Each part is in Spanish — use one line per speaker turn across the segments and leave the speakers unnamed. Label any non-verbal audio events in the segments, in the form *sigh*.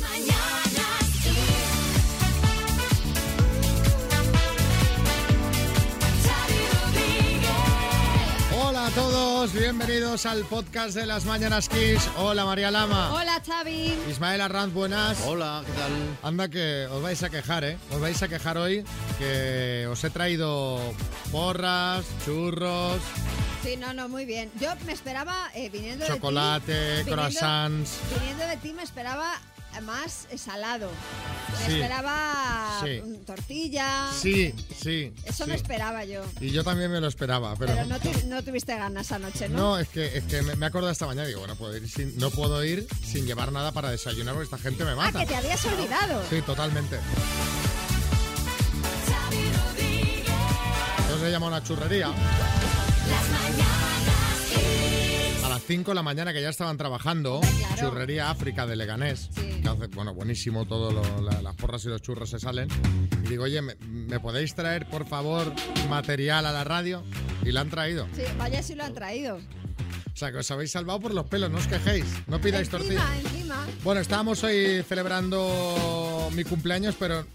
Mañanas Kiss. Xavi Rodríguez.
Hola a todos, bienvenidos al podcast de las Mañanas Kiss. Hola María Lama.
Hola Xavi.
Ismael Arranz, buenas.
Hola, ¿qué tal?
Anda que os vais a quejar, ¿eh? Os vais a quejar hoy que os he traído porras, churros,
Sí, no, no, muy bien. Yo me esperaba eh, viniendo de
chocolate,
ti,
croissants.
Viniendo, viniendo de ti me esperaba más eh, salado. Me
Sí.
esperaba
Sí.
mm, tortilla.
Sí, sí.
Eso
sí.
me esperaba yo.
Y yo también me lo esperaba, pero...
Pero no, tu- no tuviste ganas anoche, ¿no?
No, es que, es que me, me he acordado esta mañana y digo, no puedo, ir sin, no puedo ir sin llevar nada para desayunar porque esta gente me
ah,
mata.
que te habías olvidado.
Sí, totalmente.
Xavi Rodríguez.
Eso se llama una churrería.
Las Mañanas Kiss.
A las 5 de la mañana que ya estaban trabajando,
Claro.
Churrería África de Leganés,
Sí.
que hace, bueno, buenísimo, todo lo- la- las porras y los churros se salen. Y digo, oye, ¿me, me podéis traer, por favor, material a la radio? Y la han traído.
Sí, vaya si lo han traído.
O sea, que os habéis salvado por los pelos, no os quejéis, no pidáis tortillas.
Encima, eh. encima.
Bueno, estábamos hoy celebrando mi cumpleaños, pero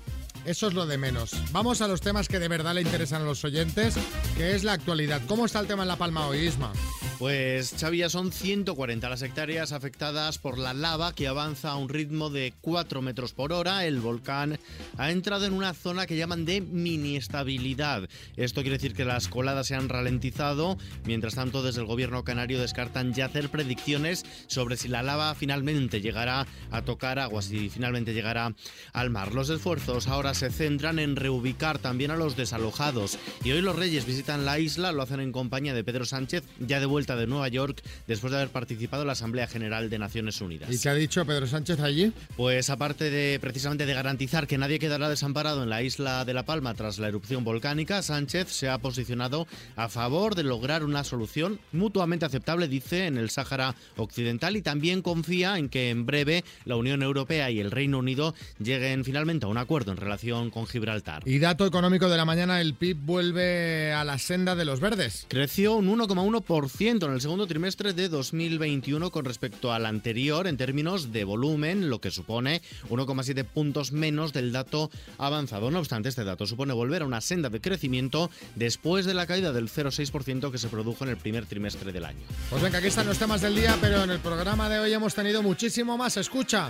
eso es lo de menos. Vamos a los temas que de verdad le interesan a los oyentes, que es la actualidad. ¿Cómo está el tema en La Palma hoy, Isma?
Pues Xavi, ya son 140 las hectáreas afectadas por la lava que avanza a un ritmo de 4 metros por hora. El volcán ha entrado en una zona que llaman de mini estabilidad. Esto quiere decir que las coladas se han ralentizado. Mientras tanto, desde el gobierno canario descartan ya hacer predicciones sobre si la lava finalmente llegará a tocar agua, si finalmente llegará al mar. Los esfuerzos ahora se centran en reubicar también a los desalojados. Y hoy los reyes visitan la isla, lo hacen en compañía de Pedro Sánchez, ya de vuelta de Nueva York, después de haber participado en la Asamblea General de Naciones Unidas.
¿Y qué ha dicho Pedro Sánchez allí?
Pues aparte de precisamente de garantizar que nadie quedará desamparado en la isla de La Palma tras la erupción volcánica, Sánchez se ha posicionado a favor de lograr una solución mutuamente aceptable, dice, en el Sáhara Occidental y también confía en que en breve la Unión Europea y el Reino Unido lleguen finalmente a un acuerdo en relación con Gibraltar.
Y dato económico de la mañana, el PIB vuelve a la senda de los verdes.
Creció un 1,1% en el segundo trimestre de 2021 con respecto al anterior en términos de volumen, lo que supone 1,7 puntos menos del dato avanzado. No obstante, este dato supone volver a una senda de crecimiento después de la caída del 0,6% que se produjo en el primer trimestre del año.
Pues venga, aquí están los temas del día, pero en el programa de hoy hemos tenido muchísimo más. Escucha.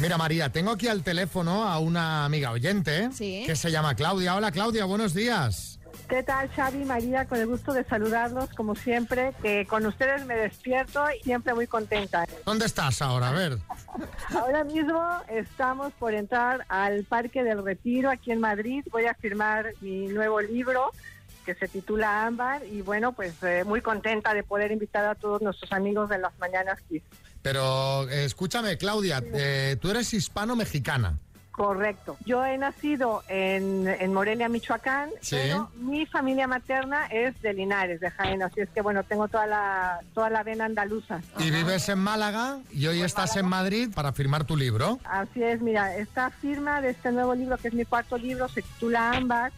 Mira María, tengo aquí al teléfono a una amiga oyente
Sí.
que se llama Claudia. Hola Claudia, buenos días.
¿Qué tal, Xavi, María? Con el gusto de saludarlos, como siempre, que con ustedes me despierto y siempre muy contenta.
¿Dónde estás ahora? A ver.
Ahora mismo estamos por entrar al Parque del Retiro aquí en Madrid. Voy a firmar mi nuevo libro que se titula Ámbar y bueno, pues eh, muy contenta de poder invitar a todos nuestros amigos de las mañanas Kiss.
Pero eh, escúchame Claudia, eh, tú eres hispano-mexicana.
Correcto. Yo he nacido en, en Morelia, Michoacán,
Sí.
pero mi familia materna es de Linares, de Jaén, así es que bueno, tengo toda la toda la vena andaluza.
Y vives en Málaga y hoy estás en Madrid para firmar tu libro.
Así es, mira, esta firma de este nuevo libro, que es mi cuarto libro, se titula Ámbar,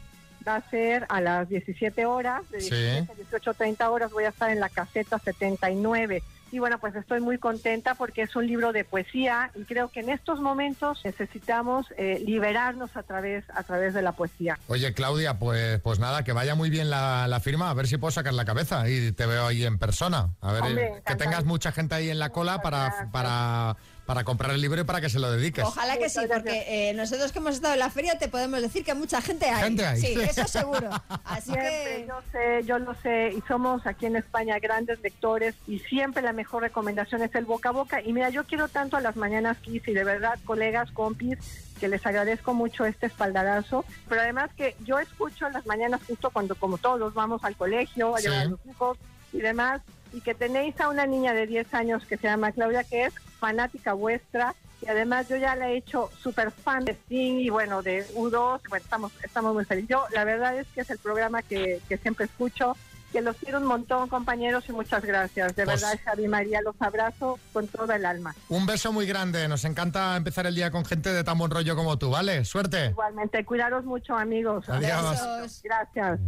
va a ser a las 17 horas, de
Sí.
17 a 18, 30 horas, voy a estar en la caseta 79. Y bueno, pues estoy muy contenta porque es un libro de poesía y creo que en estos momentos necesitamos eh, liberarnos a través, a través de la poesía.
Oye, Claudia, pues, pues nada, que vaya muy bien la, la firma, a ver si puedo sacar la cabeza y te veo ahí en persona. A ver,
Hombre,
eh, que
encantada.
tengas mucha gente ahí en la cola para,
gracias.
para, para comprar el libro y para que se lo dediques.
Ojalá que sí,
Muchas gracias.
porque eh, nosotros que hemos estado en la feria te podemos decir que mucha gente hay.
Gente hay. *laughs*
Sí, eso seguro. Así
Siempre,
que
yo sé, yo lo sé, y somos aquí en España grandes lectores y siempre la mejor recomendación es el boca a boca. Y mira, yo quiero tanto a las mañanas Kiss y de verdad, colegas, compis, que les agradezco mucho este espaldarazo. Pero además que yo escucho a las mañanas justo cuando, como todos, vamos al colegio, a
Sí.
llevar a los hijos y demás, y que tenéis a una niña de 10 años que se llama Claudia, que es fanática vuestra. Y además yo ya la he hecho súper fan de Sting y bueno, de U2. Bueno, estamos, estamos muy felices. Yo la verdad es que es el programa que, que siempre escucho, que los quiero un montón compañeros y muchas gracias. De
Pues-
verdad, Javi María, los abrazo con toda el alma.
Un beso muy grande, nos encanta empezar el día con gente de tan buen rollo como tú, ¿vale? Suerte.
Igualmente, cuidaros mucho amigos.
Adiós.
Besos.
Gracias.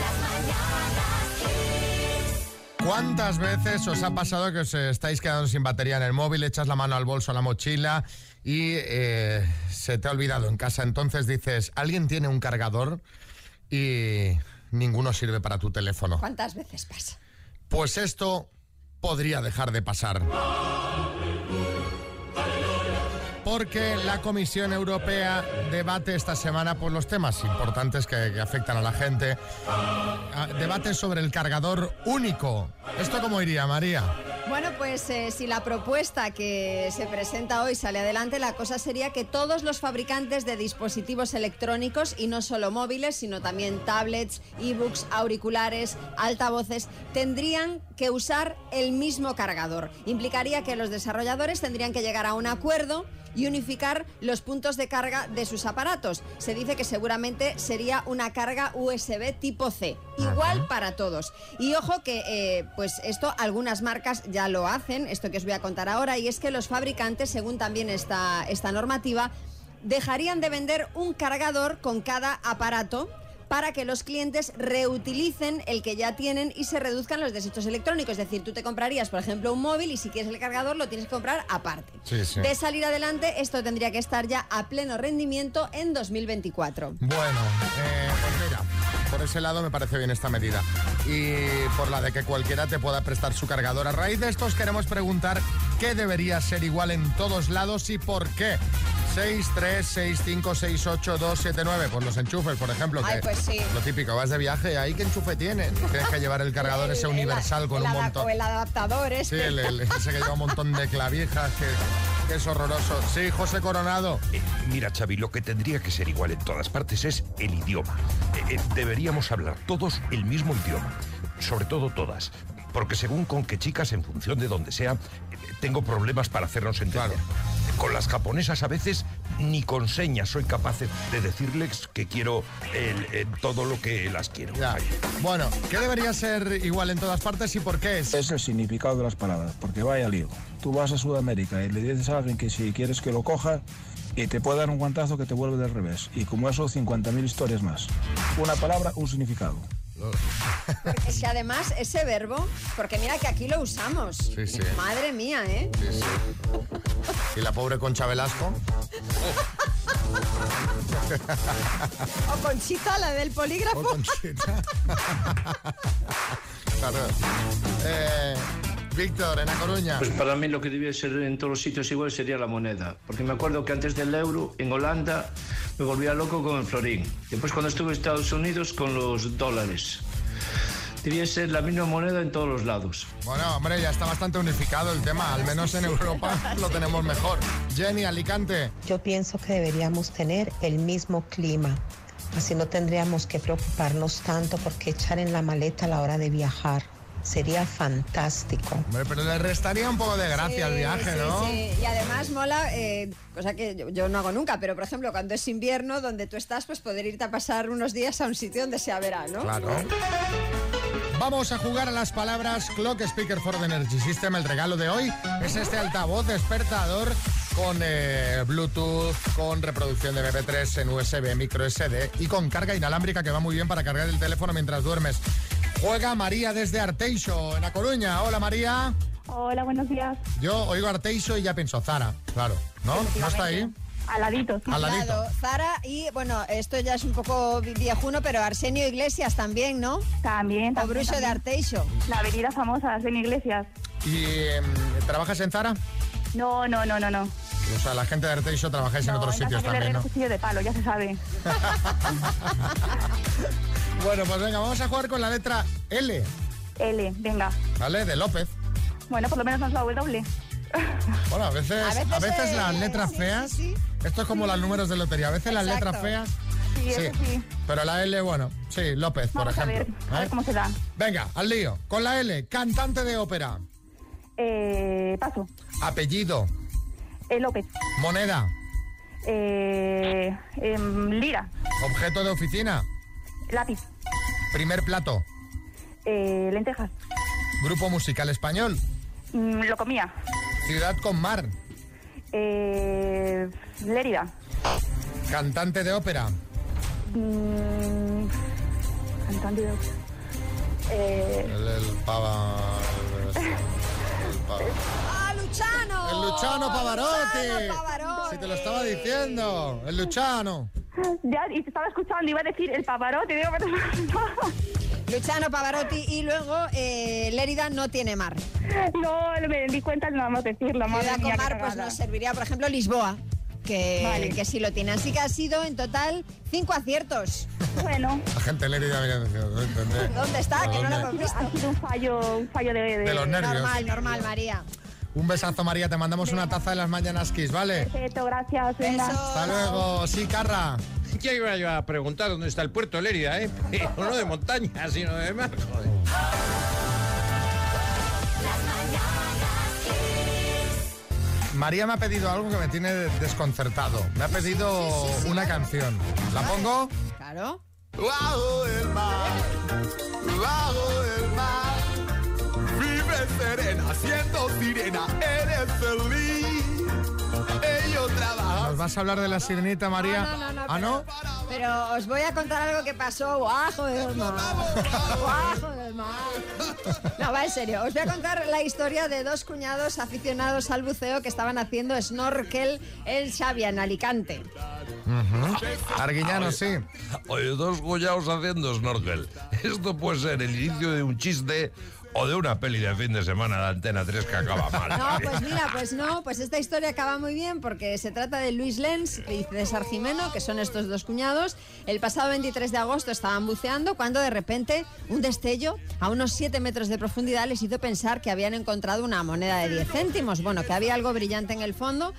Las Mañanas Kiss.
¿Cuántas veces os ha pasado que os eh, estáis quedando sin batería en el móvil, echas la mano al bolso, a la mochila y eh, se te ha olvidado en casa? Entonces dices, ¿alguien tiene un cargador? Y ninguno sirve para tu teléfono.
¿Cuántas veces pasa?
Pues esto podría dejar de pasar. Porque la Comisión Europea debate esta semana por los temas importantes que, que afectan a la gente. Ah, Debate sobre el cargador único. ¿Esto cómo iría, María?
Bueno, pues eh, si la propuesta que se presenta hoy sale adelante, la cosa sería que todos los fabricantes de dispositivos electrónicos, y no solo móviles, sino también tablets, ebooks, auriculares, altavoces, tendrían que usar el mismo cargador. Implicaría que los desarrolladores tendrían que llegar a un acuerdo y unificar los puntos de carga de sus aparatos. Se dice que seguramente sería una carga USB tipo C, igual para todos. Y ojo que, eh, pues esto algunas marcas ya lo hacen, esto que os voy a contar ahora, y es que los fabricantes, según también esta, esta normativa, dejarían de vender un cargador con cada aparato para que los clientes reutilicen el que ya tienen y se reduzcan los desechos electrónicos. Es decir, tú te comprarías, por ejemplo, un móvil y si quieres el cargador lo tienes que comprar aparte.
Sí, sí.
De salir adelante, esto tendría que estar ya a pleno rendimiento en 2024.
Bueno, eh, pues mira, por ese lado me parece bien esta medida. Y por la de que cualquiera te pueda prestar su cargador. A raíz de esto os queremos preguntar qué debería ser igual en todos lados y por qué. 636568279, pues los enchufes, por ejemplo.
Ay,
que
pues sí.
Lo típico, vas de viaje, ahí qué enchufe
*laughs*
tienen. Tienes que llevar el cargador ese
El- el-
universal con
el
un
ada-
montón.
o el adaptador
Sí,
este.
el, el- ese que lleva un montón de clavijas, que, que es horroroso. Sí, José Coronado.
Eh, Mira, Xavi, lo que tendría que ser igual en todas partes es el idioma. Eh, eh, deberíamos hablar todos el mismo idioma, sobre todo todas, porque según con qué chicas, en función de donde sea, eh, tengo problemas para hacernos entender. Con las japonesas a veces ni con señas soy capaz de decirles que quiero el- eh, todo lo que las quiero.
Ya. Bueno, ¿qué debería ser igual en todas partes y por qué es?
Es el significado de las palabras, porque vaya lío. Tú vas a Sudamérica y le dices a alguien que si quieres que lo coja y te puede dar un guantazo que te vuelve del revés. Y como eso, 50.000 historias más. Una palabra, un significado.
*laughs* Porque si además ese verbo, porque mira que aquí lo usamos.
Sí, sí.
Madre mía, ¿eh?
Sí, sí. ¿Y la pobre Concha Velasco?
O Conchita, la del
Oh,
polígrafo. *laughs*
Conchita. claro. Eh, Víctor, en La Coruña.
Pues para mí lo que debía ser en todos los sitios igual sería la moneda, porque me acuerdo que antes del euro en Holanda me volvía loco con el florín. Después cuando estuve en Estados Unidos con los dólares. Debía ser la misma moneda en todos los lados.
Bueno, hombre, ya está bastante unificado el tema. Al menos en Europa lo tenemos mejor. Jenny, Alicante.
Yo pienso que deberíamos tener el mismo clima. Así no tendríamos que preocuparnos tanto por qué echar en la maleta a la hora de viajar. Sería fantástico.
Hombre, pero le restaría un poco de gracia al
Sí,
viaje,
sí,
¿no?
sí. Y además mola, eh, cosa que yo, yo no hago nunca, pero por ejemplo, cuando es invierno, donde tú estás, pues poder irte a pasar unos días a un sitio donde sea verano.
Claro. Vamos a jugar a las palabras Clock Speaker for the Energy System. El regalo de hoy es este altavoz despertador con eh, Bluetooth, con reproducción de MP3 en USB, micro SD y con carga inalámbrica que va muy bien para cargar el teléfono mientras duermes. Juega María desde Arteixo, en A Coruña. Hola María.
Hola, buenos días.
Yo oigo Arteixo y ya pienso Zara. Claro, ¿no? ¿No está ahí?
Aladitos.
Al ladito.
Claro, Zara y bueno, esto ya es un poco vi- viejuno, pero Arsenio Iglesias también, ¿no?
También,
O Bruxo de Arteixo.
La avenida famosa, en Iglesias.
¿Y eh, trabajas en Zara?
No, no, no, no, no.
O sea, la gente de Arteixo trabajáis en otros sitios también, ¿no?
de palo, ya se sabe.
*laughs* Bueno, pues venga, vamos a jugar con la letra L,
L, venga.
¿vale? De López.
Bueno, por lo menos nos la doble.
Bueno, a veces,
A veces,
a veces
eh,
las letras
sí,
feas,
sí,
esto es como los números de lotería, a veces las
Exacto.
letras feas.
Sí, eso sí.
Pero la L, bueno, sí, López,
Vamos
por
a ver,
ejemplo.
a
¿eh?
ver cómo se da.
Venga, al lío. Con la L, cantante de ópera,
Eh, paso.
apellido,
Eh, López.
moneda,
Eh, em, Lira.
objeto de oficina,
Lápiz.
primer plato,
Eh, lentejas.
grupo musical español,
Mm, lo comía.
ciudad con mar,
Eh, Lérida.
cantante de ópera,
Mm, cantante de- Eh,
el, el pava- Luchano Pavarotti.
Luciano Pavarotti.
Si te lo estaba diciendo, el Luchano.
Ya, y te estaba escuchando, iba a decir el pavarote, digo, pero
Luciano Pavarotti y luego eh, Lérida no tiene mar.
no, me di cuenta de nada más decirlo, madre
Ciudad
mía,
con
qué
mar pues
cagada.
nos serviría, por ejemplo, Lisboa, que,
Vale.
que sí lo tiene. Así que ha sido en total cinco aciertos.
Bueno,
La gente en Lérida viene diciendo, no entendré.
¿Dónde está? Que no lo hemos
¿Dónde?
visto.
ha sido un fallo, un fallo de...
De los nervios.
Normal, normal, María.
Un besazo, María. Te mandamos una taza de las mañanas Kiss, ¿vale?
Perfecto, gracias. venga.
Besos.
Hasta luego. Sí, Carra.
Ya iba yo a preguntar dónde está el puerto de Lérida, ¿eh? *laughs* Pero no de montaña, sino de mar. joder.
Las mañanas kiss.
María me ha pedido algo que me tiene desconcertado. Me ha pedido
sí, sí, sí,
una
vale.
canción. ¿La pongo?
Claro.
Bajo el mar, bajo el mar, vive serena, siendo sirena, eres feliz. Ellos trabajan. ¿Nos vas a hablar de la sirenita, María?
No, no, no, no,
¿Ah, no?
Pero, pero os voy a contar algo que pasó bajo del mar. Bajo del mar. No, va en serio. Os voy a contar la historia de dos cuñados aficionados al buceo que estaban haciendo snorkel en Xavia, en Alicante.
Arguiñano, sí.
Oye, dos gollaos haciendo snorkel. Esto puede ser el inicio de un chiste o de una peli de fin de semana de Antena 3 que
*laughs*
acaba mal.
No, pues mira, pues no, pues esta historia acaba muy bien porque se trata de Luis Lenz y César Jimeno, que son estos dos cuñados. El pasado 23 de agosto estaban buceando cuando de repente un destello a unos 7 metros de profundidad les hizo pensar que habían encontrado una moneda de 10 céntimos, bueno, que había algo brillante en el fondo.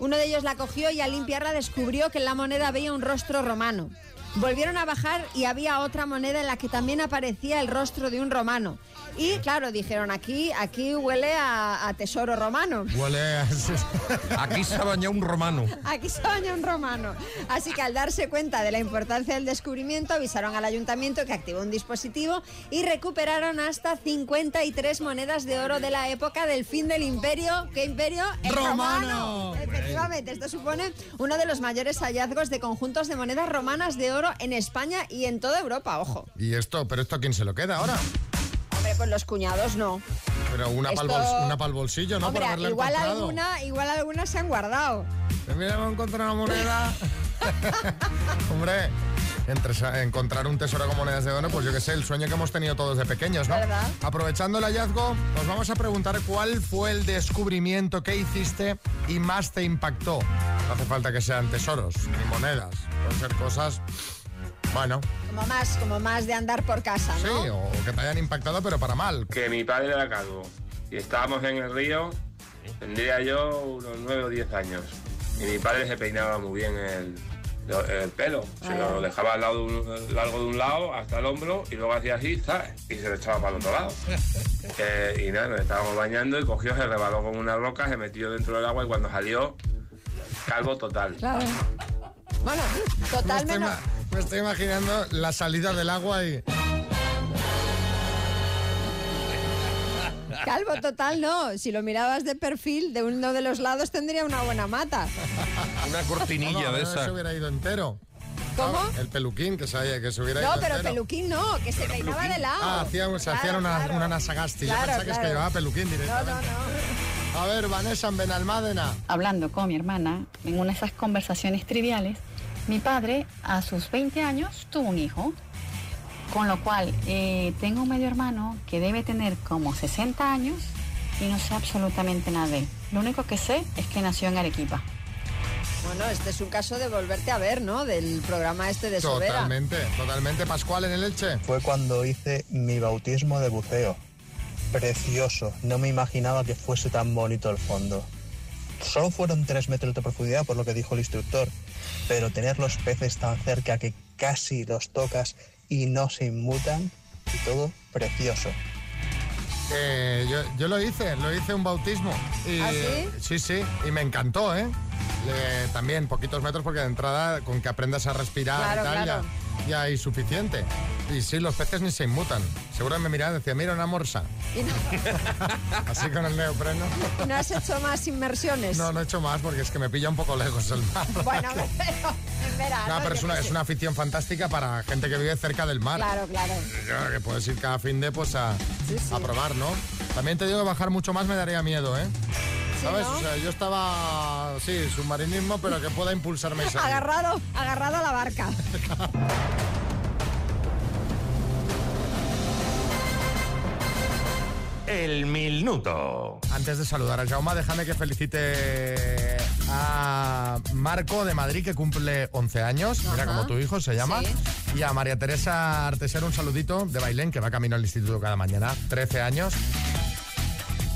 Uno de ellos la cogió y al limpiarla descubrió que en la moneda había un rostro romano. Volvieron a bajar y había otra moneda en la que también aparecía el rostro de un romano. Y claro, dijeron aquí, aquí huele a, a tesoro romano.
Huele a...
Aquí se ha bañado un romano.
Aquí se baña un romano. Así que al darse cuenta de la importancia del descubrimiento, avisaron al ayuntamiento que activó un dispositivo y recuperaron hasta 53 monedas de oro de la época del fin del imperio. ¿Qué imperio? El
Romano.
romano. Efectivamente, esto supone uno de los mayores hallazgos de conjuntos de monedas romanas de oro en España y en toda Europa, ojo.
¿Y esto? ¿Pero esto a quién se lo queda ahora?
Hombre, pues los cuñados no.
Pero una para
Esto-
el bolsillo, ¿no?
Hombre,
Por haberla
igual
encontrado.
alguna, igual algunas se han guardado.
Eh, Mira, hemos encontrado una moneda. *laughs* Hombre, entre esa- encontrar un tesoro con monedas de oro, pues yo qué sé, el sueño que hemos tenido todos de pequeños, ¿no?
¿Verdad?
Aprovechando el hallazgo, nos vamos a preguntar cuál fue el descubrimiento que hiciste y más te impactó. No hace falta que sean tesoros ni monedas. Pueden ser cosas, bueno,
Como más, como más de andar por casa,
sí,
¿no?
o que te hayan impactado, pero para mal.
que mi padre era calvo y estábamos en el río, tendría yo unos 9 o 10 años. Y mi padre se peinaba muy bien el, lo- el pelo, se lo dejaba al lado de un- largo de un lado hasta el hombro y luego hacía así ¡za! y se lo echaba para el otro lado. Eh, y nada, nos estábamos bañando y cogió, se rebaló con una roca, se metió dentro del agua y cuando salió, calvo total.
Claro. Bueno,
Me estoy,
totalmente.
ima- me estoy imaginando la salida del agua y...
Calvo total no. Si lo mirabas de perfil, de uno de los lados tendría una buena mata.
Una
No,
cortinilla
no,
de
no se
esa.
hubiera ido entero.
¿Cómo?
El peluquín que se, haya- que se hubiera
No,
ido
pero
entero.
peluquín no, que se peinaba de lado.
Ah, hacía, se
Claro,
hacían una,
claro.
una nasagasti. Yo
Claro,
pensaba que es que
claro.
llevaba peluquín
No,
directamente.
no, no.
A ver, Vanessa en Benalmádena.
hablando con mi hermana en una de esas conversaciones triviales, mi padre a sus 20 años tuvo un hijo, con lo cual eh, tengo un medio hermano que debe tener como 60 años y no sé absolutamente nada de él. Lo único que sé es que nació en Arequipa.
Bueno, este es un caso de volverte a ver, ¿no? Del programa este de Sobera.
Totalmente, totalmente. Pascual en el Elche.
fue cuando hice mi bautismo de buceo. Precioso, no me imaginaba que fuese tan bonito el fondo. Solo fueron 3 metros de profundidad, por lo que dijo el instructor, pero tener los peces tan cerca que casi los tocas y no se inmutan, y todo precioso.
Eh, yo, yo lo hice, lo hice un bautismo. Y,
¿Ah, sí?
Sí, sí, y me encantó, ¿eh? Le- también poquitos metros porque de entrada con que aprendas a respirar
Claro,
y tal
claro.
ya, ya hay suficiente. Y sí, los peces ni se inmutan. Seguro que me miraban y decía, mira una morsa.
Y no,
*laughs* Así con el neopreno.
y no has hecho más inmersiones.
No, no he hecho más porque es que me pilla un poco lejos el mar.
Bueno, *laughs* pero en verano.
No, pero
yo
es una,
qué
es
sé.
una afición fantástica para gente que vive cerca del mar.
Claro, claro.
Claro, Que puedes ir cada fin de pues a,
Sí, sí.
a probar, ¿no? También te digo que bajar mucho más me daría miedo, ¿eh?
Sí,
¿Sabes?
¿no?
O sea, yo estaba, sí, submarinismo, pero que pueda
*laughs*
impulsarme. y salir.
Agarrado, agarrado a la barca.
El minuto.
Antes de saludar a Jaume, déjame que felicite a Marco de Madrid, que cumple 11 años, mira
Ajá.
como tu hijo se llama, y a María Teresa Artesero, un saludito de Bailén, que va camino al instituto cada mañana, 13 años.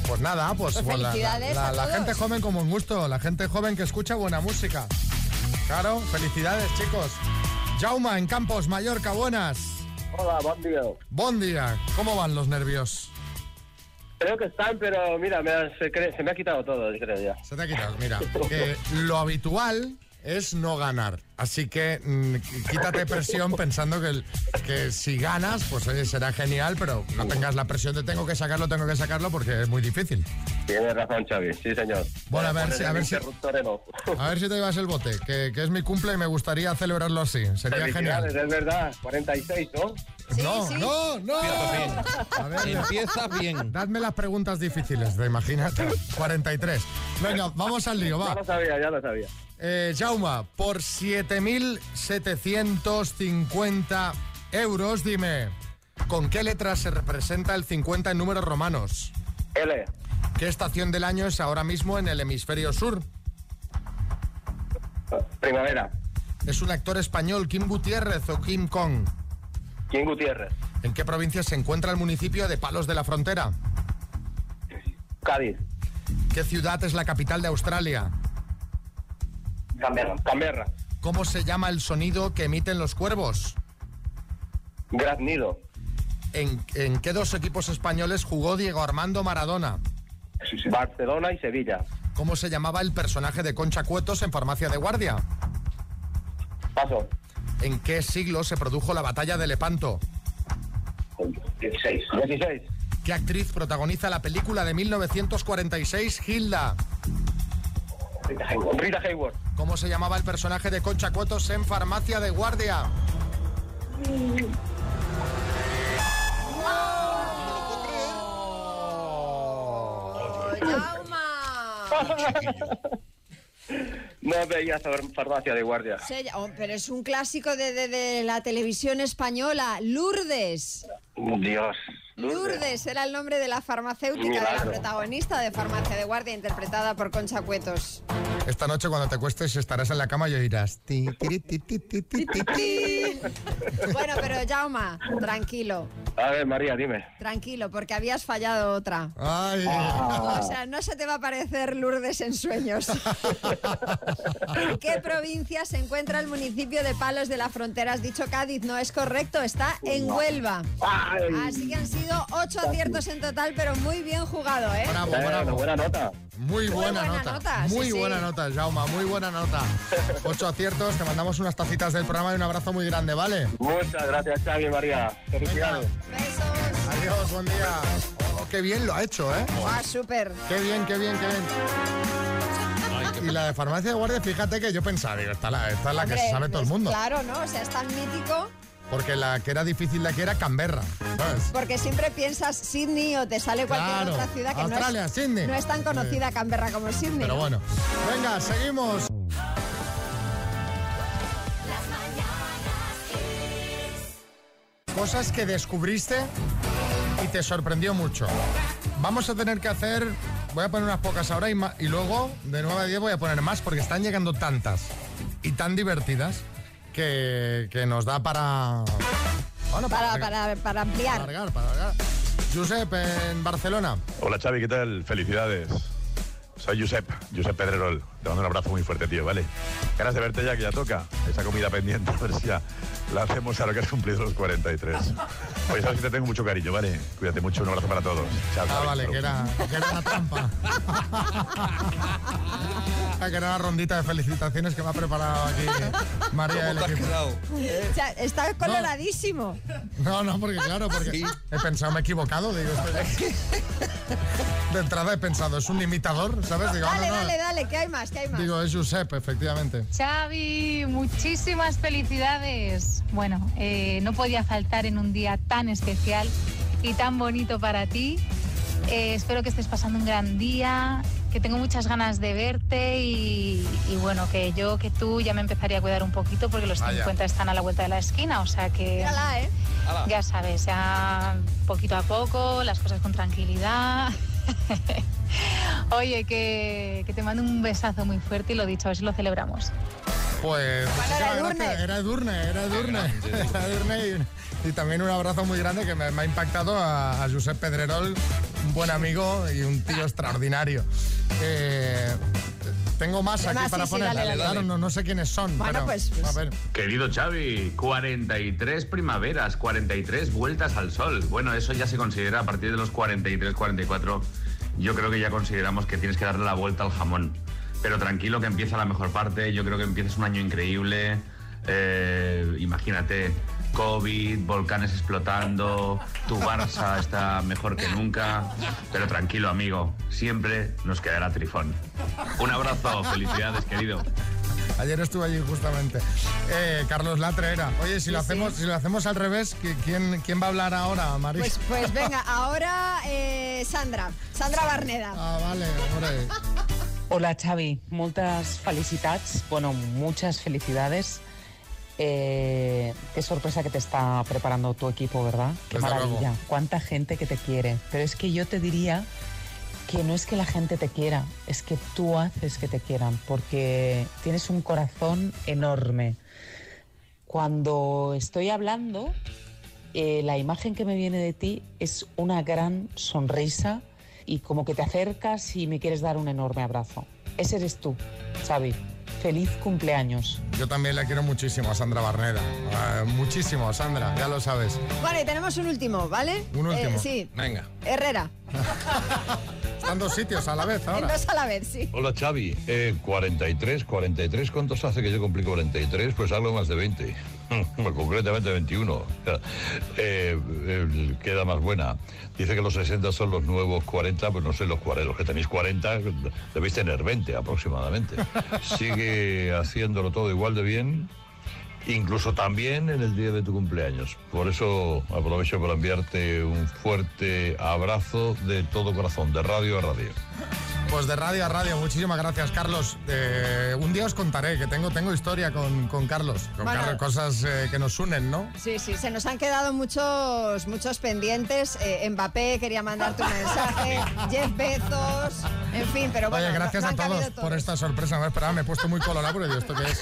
Pues nada, pues,
Pues
bueno, la- la,
felicidades
la-
a
la
todos.
gente joven como un gusto, la gente joven que escucha buena música. Claro, felicidades chicos. Jauma, en Campos, Mallorca, buenas.
Hola, buen día.
Buen día, ¿cómo van los nervios?
Creo que están, pero mira, me han- se, cre- se me ha quitado todo, yo creo ya.
Se te ha quitado, mira, que lo habitual es no ganar. Así que mm, quítate presión pensando que, el- que si ganas, pues oye, será genial, pero no tengas la presión de tengo que sacarlo, tengo que sacarlo, porque es muy difícil.
Tienes razón, Xavi, sí, señor.
Bueno, a ver si- a ver si-
Interruptor en off.
A ver si te llevas el bote, que, que es mi cumple y me gustaría celebrarlo así. Sería
Felicidades,
genial.
es verdad. 46, ¿no?
no, no, no. A ver, *laughs*
Empieza bien.
Dadme las preguntas difíciles, te imaginas. *laughs* 43. Venga, vamos al lío, va.
Ya lo sabía, ya lo sabía.
Eh, Jauma, por 7.750 euros, dime, ¿con qué letra se representa el 50 en números romanos?
L.
¿Qué estación del año es ahora mismo en el hemisferio sur?
Primavera.
¿Es un actor español Kim Gutiérrez o Kim Kong?
Kim Gutiérrez.
¿En qué provincia se encuentra el municipio de Palos de la Frontera?
Cádiz.
¿Qué ciudad es la capital de Australia?
Canberra. Canberra.
¿Cómo se llama el sonido que emiten los cuervos?
Graznido.
¿En, en qué dos equipos españoles jugó Diego Armando Maradona?
Barcelona y Sevilla.
¿Cómo se llamaba el personaje de Concha Cuetos en Farmacia de Guardia?
Paso.
¿En qué siglo se produjo la batalla de Lepanto?
16. 16.
¿Qué actriz protagoniza la película de 1946, Hilda?
Rita Hayward.
¿Cómo se llamaba el personaje de Concha Cuetos en Farmacia de Guardia?
*laughs* No veía far- farmacia de guardia.
Se- oh, pero es un clásico de, de- de la televisión española. Lourdes.
Dios.
Lourdes era el nombre de la farmacéutica, de la
Milagro.
protagonista de Farmacia de Guardia, interpretada por Concha Cuetos.
Esta noche cuando te cuestes estarás en la cama y oirás... ti, tiri, ti, ti, ti, ti, ti, ti.
Bueno, pero Jauma, tranquilo,
A ver, María, dime.
tranquilo, porque habías fallado otra.
Ay.
O
Ah.
sea, no se te va a parecer Lourdes en sueños. *laughs* ¿En qué provincia se encuentra el municipio de Palos de la Frontera? Has dicho Cádiz, no es correcto, está en Huelva. Así que han sido ocho aciertos en total, pero muy bien jugado, ¿eh?
Bravo, bravo.
buena nota.
Muy buena,
buena
nota.
nota, sí,
Muy
sí.
buena nota, Jauma. Muy buena
*laughs*
nota. Ocho aciertos. Te mandamos unas tacitas del programa y un abrazo muy grande, ¿vale?
Muchas gracias, Xavi y María. Felicidades.
Adiós, buen día. Oh, qué bien lo ha hecho, ¿eh?
Ah, súper.
Qué bien, qué bien, qué bien. Y la de farmacia de guardia, fíjate que yo pensaba, digo, esta es la, esta es la que
Hombre,
se sabe todo el
es-
mundo.
Claro, ¿no? O sea, es tan mítico
Porque la que era difícil de aquí era Canberra, ¿sabes?
porque siempre piensas Sydney o te sale cualquier
Claro,
otra ciudad que
Australia,
no, es,
Sydney.
no es tan conocida Canberra como Sydney.
Pero
¿no?
bueno. Venga, seguimos. Cosas que descubriste y te sorprendió mucho. Vamos a tener que hacer, voy a poner unas pocas ahora y, ma- y luego de 9 a 10 voy a poner más porque están llegando tantas y tan divertidas que, que nos da para... Bueno,
para, para, para ampliar.
Josep, en Barcelona.
Hola Xavi, ¿qué tal? Felicidades. Soy Josep, Josep Pedrerol. Te mando un abrazo muy fuerte, tío, ¿vale? Ganas de verte ya que ya toca. Esa comida pendiente, *laughs* a ver si ya la hacemos ahora que has cumplido los 43. Oye, sabes que te tengo mucho cariño, ¿vale? Cuídate mucho, un abrazo para todos. Chao,
Ah,
Xavi.
vale, que era, que era una trampa. Ah, que era una rondita de felicitaciones que me ha preparado aquí María. del equipo.
*laughs* O sea, está coloradísimo.
No, no, porque claro, porque he pensado, me he equivocado. Digo, esto ya- *laughs* de entrada he pensado, es un imitador, ¿sabes? Digo, ah,
dale,
no, no,
dale, dale, que hay más, que hay más.
Digo, es Josep, efectivamente.
Xavi, muchísimas felicidades. Bueno, eh, no podía faltar en un día tan especial y tan bonito para ti. Eh, espero que estés pasando un gran día, que tengo muchas ganas de verte y, y bueno, que yo, que tú ya me empezaría a cuidar un poquito porque los
Vaya.
50 están a la vuelta de la esquina, o sea que...
Mírala, ¿eh?
Ala.
Ya sabes, ya poquito a poco, las cosas con tranquilidad. *laughs* Oye, que, que te mando un besazo muy fuerte y lo dicho, a ver si lo celebramos.
Pues muchísimas
era
gracias.
Edurne.
era Edurne, era Edurne, era Edurne y, y también un abrazo muy grande que me, me ha impactado a, a Josep Pedrerol, un buen amigo y un tío extraordinario. Eh, tengo más
Además,
aquí para
sí, sí,
poner,
dale, dale.
claro, no, no sé quiénes son.
Bueno,
pero,
pues, pues.
a ver.
Querido Xavi, 43 primaveras, 43 vueltas al sol. Bueno, eso ya se considera a partir de los 43, 44. Yo creo que ya consideramos que tienes que darle la vuelta al jamón. Pero tranquilo que empieza la mejor parte. Yo creo que empiezas un año increíble. Eh, imagínate, COVID, volcanes explotando, tu Barça está mejor que nunca. Pero tranquilo, amigo, siempre nos quedará Trifón. Un abrazo, felicidades, querido.
Ayer estuve allí justamente. Eh, Carlos Latre era. Oye, si lo hacemos, si lo hacemos al revés, ¿qui- ¿quién, quién va a hablar ahora, Maris?
Pues, pues venga, ahora eh, Sandra, Sandra Barneda.
Ah, vale, hombre.
Hola Xavi, moltes felicitats, bueno, muchas felicidades. Eh, qué sorpresa que te está preparando tu equipo, ¿verdad? Qué
Desde
maravilla,
luego.
cuánta gente que te quiere. Pero es que yo te diría que no es que la gente te quiera, es que tú haces que te quieran, porque tienes un corazón enorme. Cuando estoy hablando, eh, la imagen que me viene de ti es una gran sonrisa y como que te acercas y me quieres dar un enorme abrazo. Ese eres tú, Xavi. Feliz cumpleaños.
*laughs* Yo también la quiero muchísimo a Sandra Barneda. Ah, muchísimo, Sandra, ya lo sabes.
Bueno, y tenemos un último, ¿vale?
Un último.
Eh, sí,
Venga.
Herrera.
Están dos sitios a la vez
En
ahora.
dos a la vez, sí.
Hola Xavi, Eh, 43, 43, ¿cuántos hace que yo cumplí 43? Pues algo más de *laughs* 20, Bueno, concretamente 21. *laughs* Eh, eh, queda más buena. Dice que los 60 son los nuevos 40, pues no sé, los, 40, los que tenéis 40 debéis tener 20 aproximadamente. Sigue haciéndolo todo igual de bien, incluso también en el día de tu cumpleaños. Por eso aprovecho para enviarte un fuerte abrazo de todo corazón, de radio a radio.
Pues de radio a radio, muchísimas gracias, Carlos. Eh, un día os contaré que tengo, tengo historia con, con Carlos. Con
Bueno.
Carlos, cosas eh, que nos unen, ¿no?
Sí, sí, se nos han quedado muchos, muchos pendientes. Eh, Mbappé quería *laughs* mandarte un mensaje, Jeff Bezos, en fin, pero bueno.
Oye, gracias
no-
a
no han
todos,
cabido
por esta sorpresa. No esperaba, me he puesto muy colorado porque digo, ¿esto qué
*laughs*
es?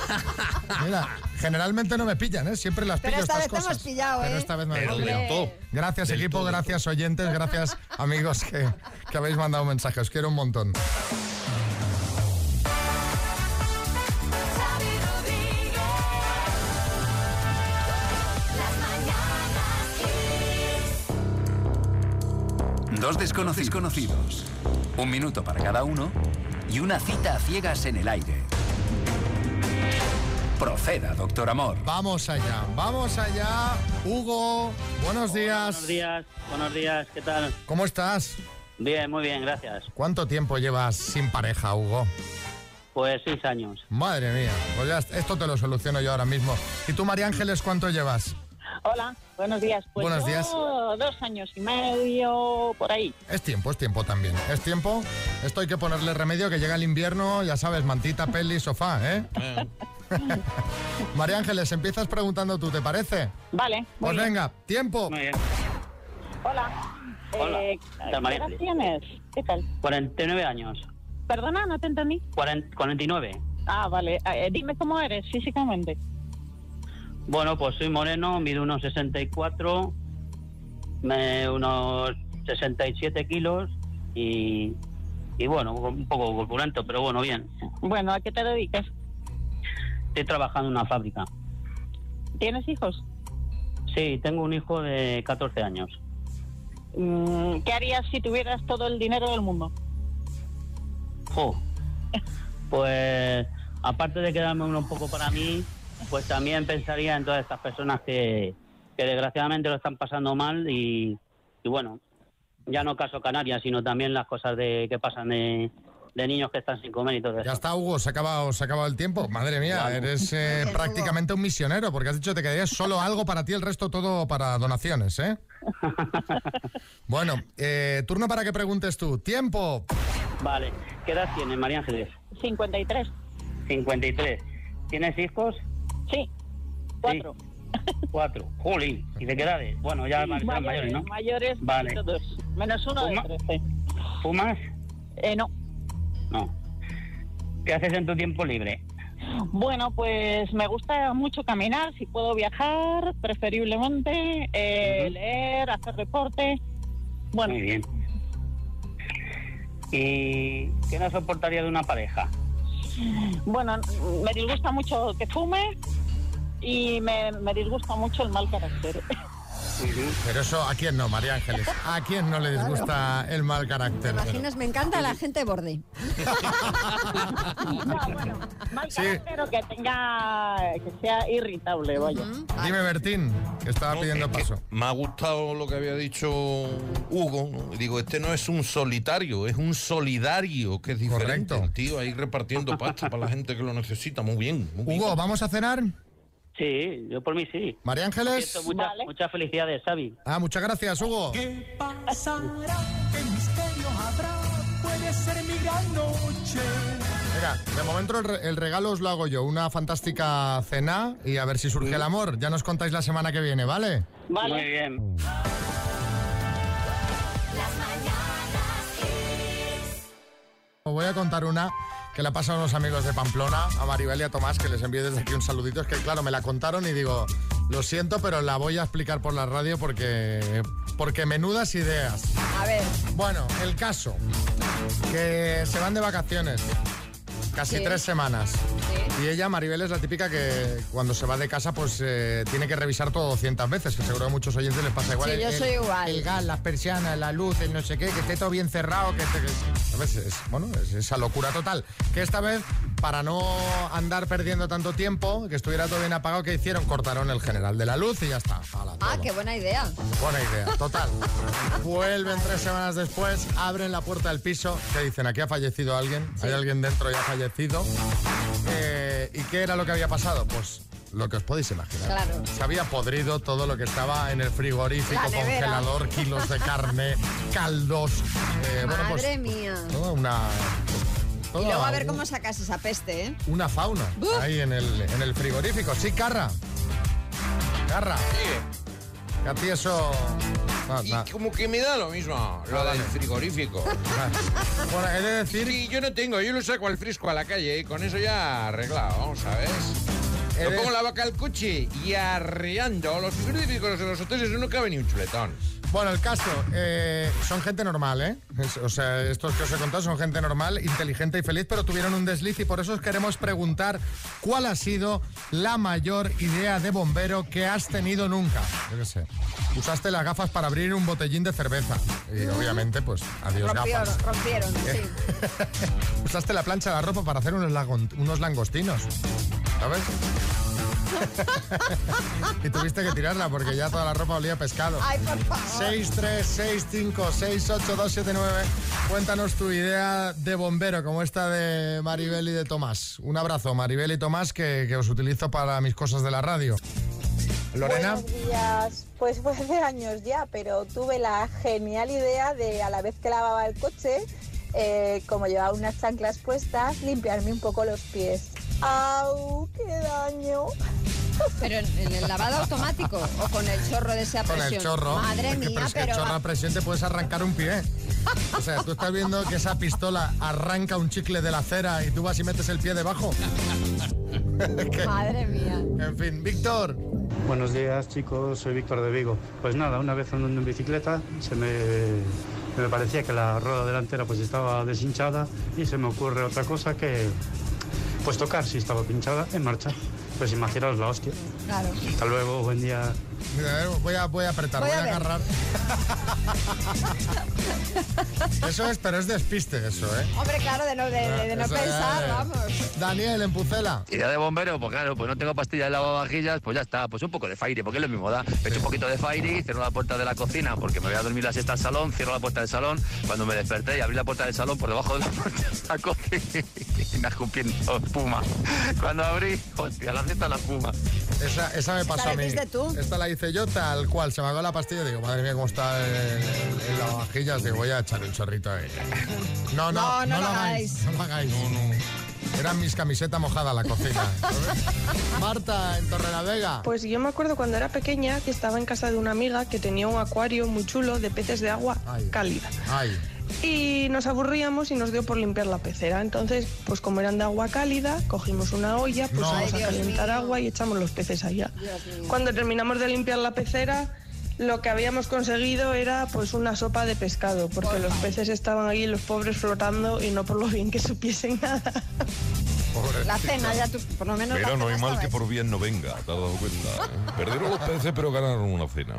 Mira, generalmente no me pillan, ¿eh? Siempre las
Pero
pillo
esta
estas
vez te hemos
cosas.
pillado,
Pero
¿eh?
esta vez me
Pero
habéis
del
pillado.
todo.
Gracias, equipo, gracias, oyentes, gracias, amigos que, que habéis mandado mensajes. Os quiero un montón.
Dos desconocidos conocidos, un minuto para cada uno y una cita a ciegas en el aire. Proceda, doctor Amor.
Vamos allá, vamos allá. Hugo, buenos días. Buenos
días, buenos días, ¿qué tal?
¿Cómo estás?
Bien, muy bien, gracias.
¿Cuánto tiempo llevas sin pareja, Hugo?
Pues seis años.
Madre mía, pues ya est- esto te lo soluciono yo ahora mismo. ¿Y tú, María Ángeles, cuánto llevas?
Hola, buenos días. Pues
Buenos
yo,
días.
Dos años y medio, por ahí.
Es tiempo, es tiempo también. Es tiempo. Esto hay que ponerle remedio que llega el invierno, ya sabes, mantita, peli, sofá, ¿eh? María Ángeles, empiezas preguntando tú, ¿te parece?
Vale. muy
Pues
bien.
venga, tiempo.
Hola.
Hola,
Eh,
¿qué tal, María?
¿Qué edad tienes? ¿Qué tal?
49 años.
Perdona, no te entendí.
Cuaren- 49.
Ah, vale. Eh, dime cómo eres físicamente.
Bueno, pues soy moreno, mido unos 64, me, unos 67 kilos y, y bueno, un poco corpulento, pero bueno, bien.
Bueno, ¿a qué te dedicas?
Estoy trabajando en una fábrica.
¿Tienes hijos?
Sí, tengo un hijo de 14 años.
Mm, ¿Qué harías si tuvieras todo el dinero del mundo?
Jo. Pues aparte de quedarme uno un poco para mí, pues también pensaría en todas estas personas que, que desgraciadamente lo están pasando mal y, y bueno, ya no caso Canarias, sino también las cosas de que pasan de, de niños que están sin comer y todo
Ya
eso.
está, Hugo, se ha acabado, se ha acabado el tiempo. Madre mía,
Vale.
eres eh, prácticamente un misionero, porque has dicho que te quedarías solo algo para ti, el resto todo para donaciones,
*laughs*
¿eh? bueno, eh, turno para que preguntes tú. ¡Tiempo!
Vale. ¿Qué edad tienes, María Ángeles?
53.
53. ¿Tienes hijos?
Sí. Cuatro.
Cuatro. Jolín. ¿Y de qué edades? Bueno, ya
Mayores,
están mayores, ¿no?
mayores,
Vale.
todos. Menos uno
Fuma-
de 13.
¿Fumas?
Eh, no.
No. ¿Qué haces en tu tiempo libre?
Bueno, pues me gusta mucho caminar, si puedo viajar, preferiblemente, eh, leer, hacer deporte. Bueno,
Muy bien. ¿Y qué no soportaría de una pareja?
bueno, me disgusta mucho que fume y me, me disgusta mucho el mal carácter. *laughs*
Pero eso, ¿a quién no, María Ángeles? ¿A quién no le disgusta el mal carácter?
¿Te imaginas? Me encanta la gente borde.
Mal carácter o Ah, que tenga, que sea irritable, vaya.
Dime, Bertín, que estaba pidiendo paso.
Me ha gustado lo que había dicho Hugo. ¿no? Digo, este no es un solitario, es un solidario, que es diferente. El tío ahí repartiendo pasta para la gente que lo necesita. Muy bien, muy bien.
Hugo, ¿vamos a cenar?
Sí, yo por mí sí.
María Ángeles.
Siento Muchas muchas felicidades, Xavi.
Ah, muchas gracias, Hugo.
¿Qué pasará? ¿Qué misterio habrá? Puede ser mi gran noche.
Mira, de momento el, re- el regalo os lo hago yo. Una fantástica cena y a ver si surge el amor. Ya nos contáis la semana que viene, ¿vale?
Muy bien.
Os voy a contar una que la pasan unos amigos de Pamplona, a Maribel y a Tomás, que les envío desde aquí un saludito. Es que, claro, me la contaron y digo, lo siento, pero la voy a explicar por la radio porque, porque menudas ideas.
A ver. Ah,
Bueno, el caso, que se van de vacaciones, casi
Sí.
tres semanas. Y ella, Maribel, es la típica que cuando se va de casa, pues eh, tiene que revisar todo 200 veces, que seguro a muchos oyentes les pasa igual.
Sí,
El-
yo
el-
soy igual.
El gas, las persianas, la luz, el no sé qué, que esté todo bien cerrado, que esté... que- A veces, es- bueno, es esa locura total. Que esta vez, para no andar perdiendo tanto tiempo, que estuviera todo bien apagado, que hicieron? Cortaron el general de la luz y ya está. Ala,
Ah, qué buena idea.
Buena idea, total. Vuelven tres semanas después, abren la puerta del piso, que dicen, aquí ha fallecido alguien, hay alguien dentro y ha fallecido. Eh, ¿Y qué era lo que había pasado? Pues lo que os podéis imaginar.
Claro.
Se había podrido todo lo que estaba en el frigorífico,
La nevera.
congelador, kilos de carne, caldos. eh, bueno, pues
Madre mía.
toda una...
Y
toda
luego a ver
un-
cómo sacas esa peste, ¿eh?
Una fauna
¡Buf!
ahí en el, en el frigorífico. Sí, Carra. Carra. Que A ti eso... No, no.
Como que me da lo mismo, lo del frigorífico.
Ah, bueno, he de decir...
Sí, yo no tengo, yo lo saco al frisco a la calle y con eso ya arreglado, ¿sabes?
He
Yo
de-
pongo la vaca al coche y arreando los frigoríficos en los hoteles no cabe ni un chuletón.
Bueno, el caso, eh, son gente normal, ¿eh? Es- o sea, estos que os he contado son gente normal, inteligente y feliz, pero tuvieron un desliz y por eso os queremos preguntar cuál ha sido la mayor idea de bombero que has tenido nunca. Yo qué sé. Usaste las gafas para abrir un botellín de cerveza. Y obviamente, pues, adiós
Rompieron,
gafas.
rompieron, sí.
Usaste la plancha de la ropa para hacer unos, lagon- unos langostinos. ¿Sabes? y tuviste que tirarla porque ya toda la ropa olía a pescado.
Ay, por favor.
636568279. Cuéntanos tu idea de bombero, como esta de Maribel y de Tomás. Un abrazo, Maribel y Tomás, que, que os utilizo para mis cosas de la radio. Lorena.
Buenos días. Pues fue hace años ya, pero tuve la genial idea de a la vez que lavaba el coche, eh, como llevaba unas chanclas puestas, limpiarme un poco los pies. ¡Au! ¡Qué daño!
Pero en, en el lavado automático o con el chorro de esa
Con
presión.
el chorro.
Madre mía,
pero es que el
pero
chorro a presión te puedes arrancar un pie. O sea, tú estás viendo que esa pistola arranca un chicle de la cera y tú vas y metes el pie debajo. *laughs*
Madre mía.
En fin, Víctor.
Buenos días chicos, soy Víctor de Vigo. Pues nada, una vez andando en bicicleta se me, me parecía que la rueda delantera pues estaba deshinchada y se me ocurre otra cosa que pues tocar si estaba pinchada en marcha. Pues imaginaos la hostia.
Claro.
Hasta luego, buen día.
Mira, eh, voy, a, voy a apretar, voy,
Voy a
a,
*laughs*
ver.
agarrar. eso es, pero es despiste eso, ¿eh?
Hombre, claro, de no, de, de- de no
Eso es.
pensar, vamos.
Daniel, en Pucela.
Idea de bombero, pues claro, pues no tengo pastillas de lavavajillas, pues ya está, pues un poco de faire, porque es lo mismo, da. Me echo un poquito de faire, cierro la puerta de la cocina, porque me voy a dormir la siesta al salón, cierro la puerta del salón, cuando me desperté y abrí la puerta del salón por debajo de la puerta de la *laughs* cocina, escupiendo espuma. Cuando abrí, hostia, la siesta la espuma.
Esa, esa me pasó
la
a mí.
hiciste tú.
Esta la hice yo tal cual. Se me acabó la pastilla y digo, madre mía, cómo está el, el- el lavavajillas. Digo, voy a echar un chorrito ahí. No, no,
No, no
no,
lo
lo hagáis. No lo hagáis. Eran mis camisetas mojadas la
*laughs*
cocina. *laughs* Marta, en Torrelavega.
Pues yo me acuerdo cuando era pequeña que estaba en casa de una amiga que tenía un acuario muy chulo de peces de agua cálida.
Ay.
Y nos aburríamos y nos dio por limpiar la pecera. Entonces, pues como eran de agua cálida, cogimos una olla,
No.
pusimos
Ay,
a
Dios
calentar agua y echamos los peces allá. Cuando terminamos de limpiar la pecera, lo que habíamos conseguido era pues una sopa de pescado, porque los peces estaban ahí, los pobres flotando y no por lo bien que supiesen *laughs* nada.
La cena, ya tú, por lo menos.
Pero
la
no hay
cena
mal
estaba
que
hecha.
por bien no venga, te has dado cuenta.
*laughs*
eh? Perdieron los peces, pero ganaron una cena.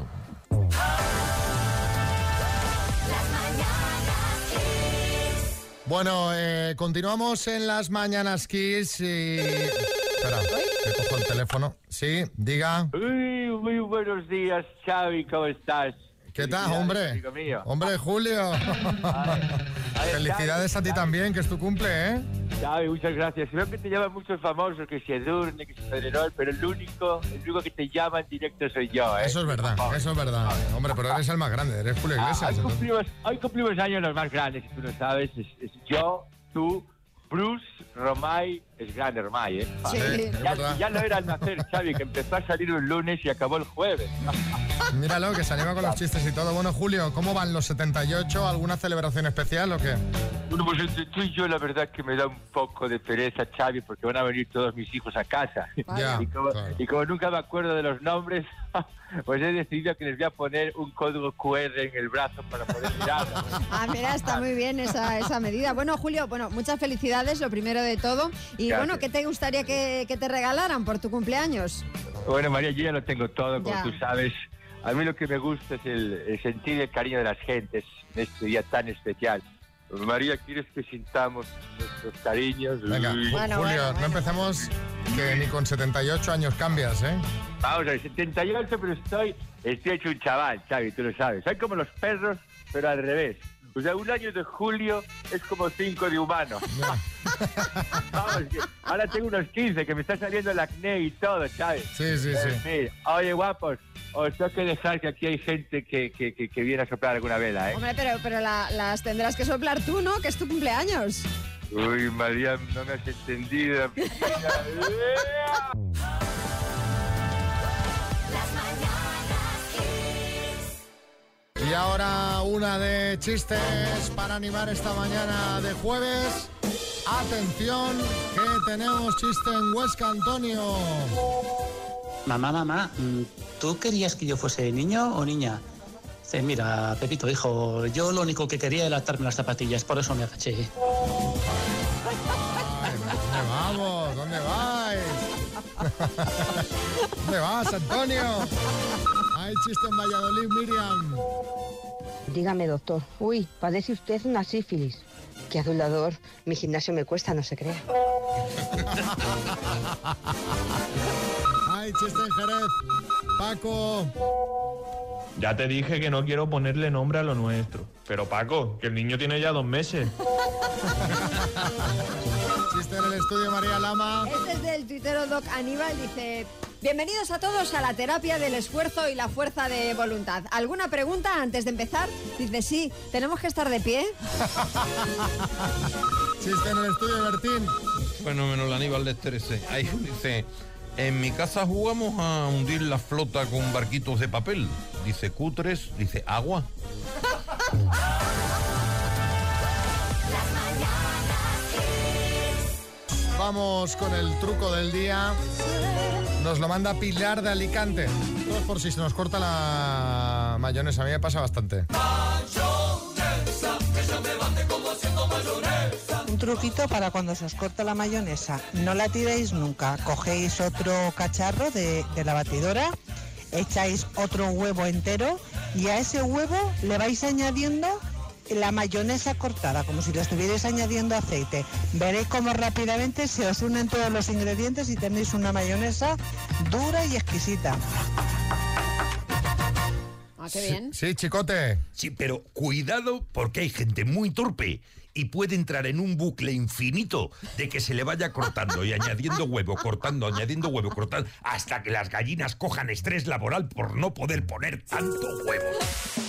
Bueno, eh, continuamos en las mañanas Kiss y. Espera, que cojo el teléfono. Sí, diga.
Uy, muy buenos días, Xavi, ¿cómo estás?
¿Qué tal, hombre?
Amigo mío.
Hombre, Julio. *laughs* Felicidades a ti también, que es tu cumple, ¿eh?
Xavi, muchas gracias. Veo que te llaman muchos famosos, que si Edurne, que si Pedrerol, pero el único, el único que te llama en directo soy yo, ¿eh?
Eso es verdad, eso es verdad. Hombre, pero eres el más grande, eres Julio
Ah,
Iglesias.
hoy,
entonces-
cumplimos, hoy cumplimos años los más grandes, y tú lo sabes. Es, es yo, tú, Bruce, Romay, es grande Romay, ¿eh?
Sí, es
ya,
verdad.
ya no era el nacer, Xavi, que empezó a salir un lunes y acabó el jueves.
Míralo, que se anima con los chistes y todo. Bueno, Julio, ¿cómo van los 78? ¿Alguna celebración especial o qué?
Bueno, pues entre tú y yo la verdad que me da un poco de pereza, Xavi, porque van a venir todos mis hijos a casa.
Ya,
*laughs* y, como, y como nunca me acuerdo de los nombres, *laughs* pues he decidido que les voy a poner un código QR en el brazo para poder mirarlo.
Ah, mira, está muy bien esa, esa medida. Bueno, Julio, bueno, muchas felicidades, lo primero de todo. Y
Gracias.
bueno, ¿qué te gustaría que, que te regalaran por tu cumpleaños?
Bueno, María, yo ya lo tengo todo, como
Ya.
tú sabes. A mí lo que me gusta es el, el sentir el cariño de las gentes en este día tan especial. María, ¿quieres que sintamos nuestros cariños?
Venga,
Uy.
Julio, no empecemos que ni con 78 años cambias, ¿eh?
Vamos a ver, 78, pero estoy, estoy hecho un chaval, Xavi, tú lo sabes. Soy como los perros, pero al revés. O sea, un año de julio es como cinco de humano. *laughs* Vamos, que ahora tengo unos 15, que me está saliendo el acné y todo, Xavi.
Sí, sí, sí.
Oye, guapos, os tengo que dejar que aquí hay gente que, que, que, que viene a soplar alguna vela, ¿eh?
Hombre, pero, pero la- las tendrás que soplar tú, ¿no? Que es tu cumpleaños.
Uy, María, no me has
*laughs*
entendido.
Y ahora una de chistes para animar esta mañana de jueves. Atención, que tenemos chiste en Huesca, Antonio.
Mamá, mamá, mm, ¿tú querías que yo fuese niño o niña? Dice, mira, Pepito, hijo, yo lo único que quería era atarme las zapatillas, por eso me agaché.
¿Dónde vamos? ¿Dónde vais? *laughs* ¿Dónde vas, Antonio? Hay chiste en Valladolid, Miriam.
*laughs* Dígame, doctor. Uy, padece usted una sífilis. Qué adulador. Mi gimnasio me cuesta, no se crea.
Hay chiste en Jerez. Paco.
Ya te dije que no quiero ponerle nombre a lo nuestro. Pero Paco, que el niño tiene ya dos meses.
Chiste en el estudio, María Lama.
Este es del tuitero Doc Aníbal, dice... Bienvenidos a todos a la terapia del esfuerzo y la fuerza de voluntad. ¿Alguna pregunta antes de empezar? Dice, sí, ¿tenemos que estar
*laughs*
de pie?
Chiste en el estudio, Bertín.
Fenómeno el Aníbal de Esterece. Ahí dice, en mi casa jugamos a hundir la flota con barquitos de papel. Dice cutres, dice agua.
Vamos con el truco del día. Nos lo manda Pilar de Alicante. Todo por si se nos corta la mayonesa. A mí me pasa bastante.
Un truquito para cuando se os corta la mayonesa. No la tiréis nunca. Cogéis otro cacharro de, de la batidora, echáis otro huevo entero y a ese huevo le vais añadiendo la mayonesa cortada, como si le estuvierais añadiendo aceite. Veréis cómo rápidamente se os unen todos los ingredientes y tenéis una mayonesa dura y exquisita.
Ah, qué bien.
Sí, chicote.
Sí, pero cuidado porque hay gente muy torpe y puede entrar en un bucle infinito de que se le vaya cortando y añadiendo huevo, cortando, añadiendo huevo, cortando, hasta que las gallinas cojan estrés laboral por no poder poner tanto huevo.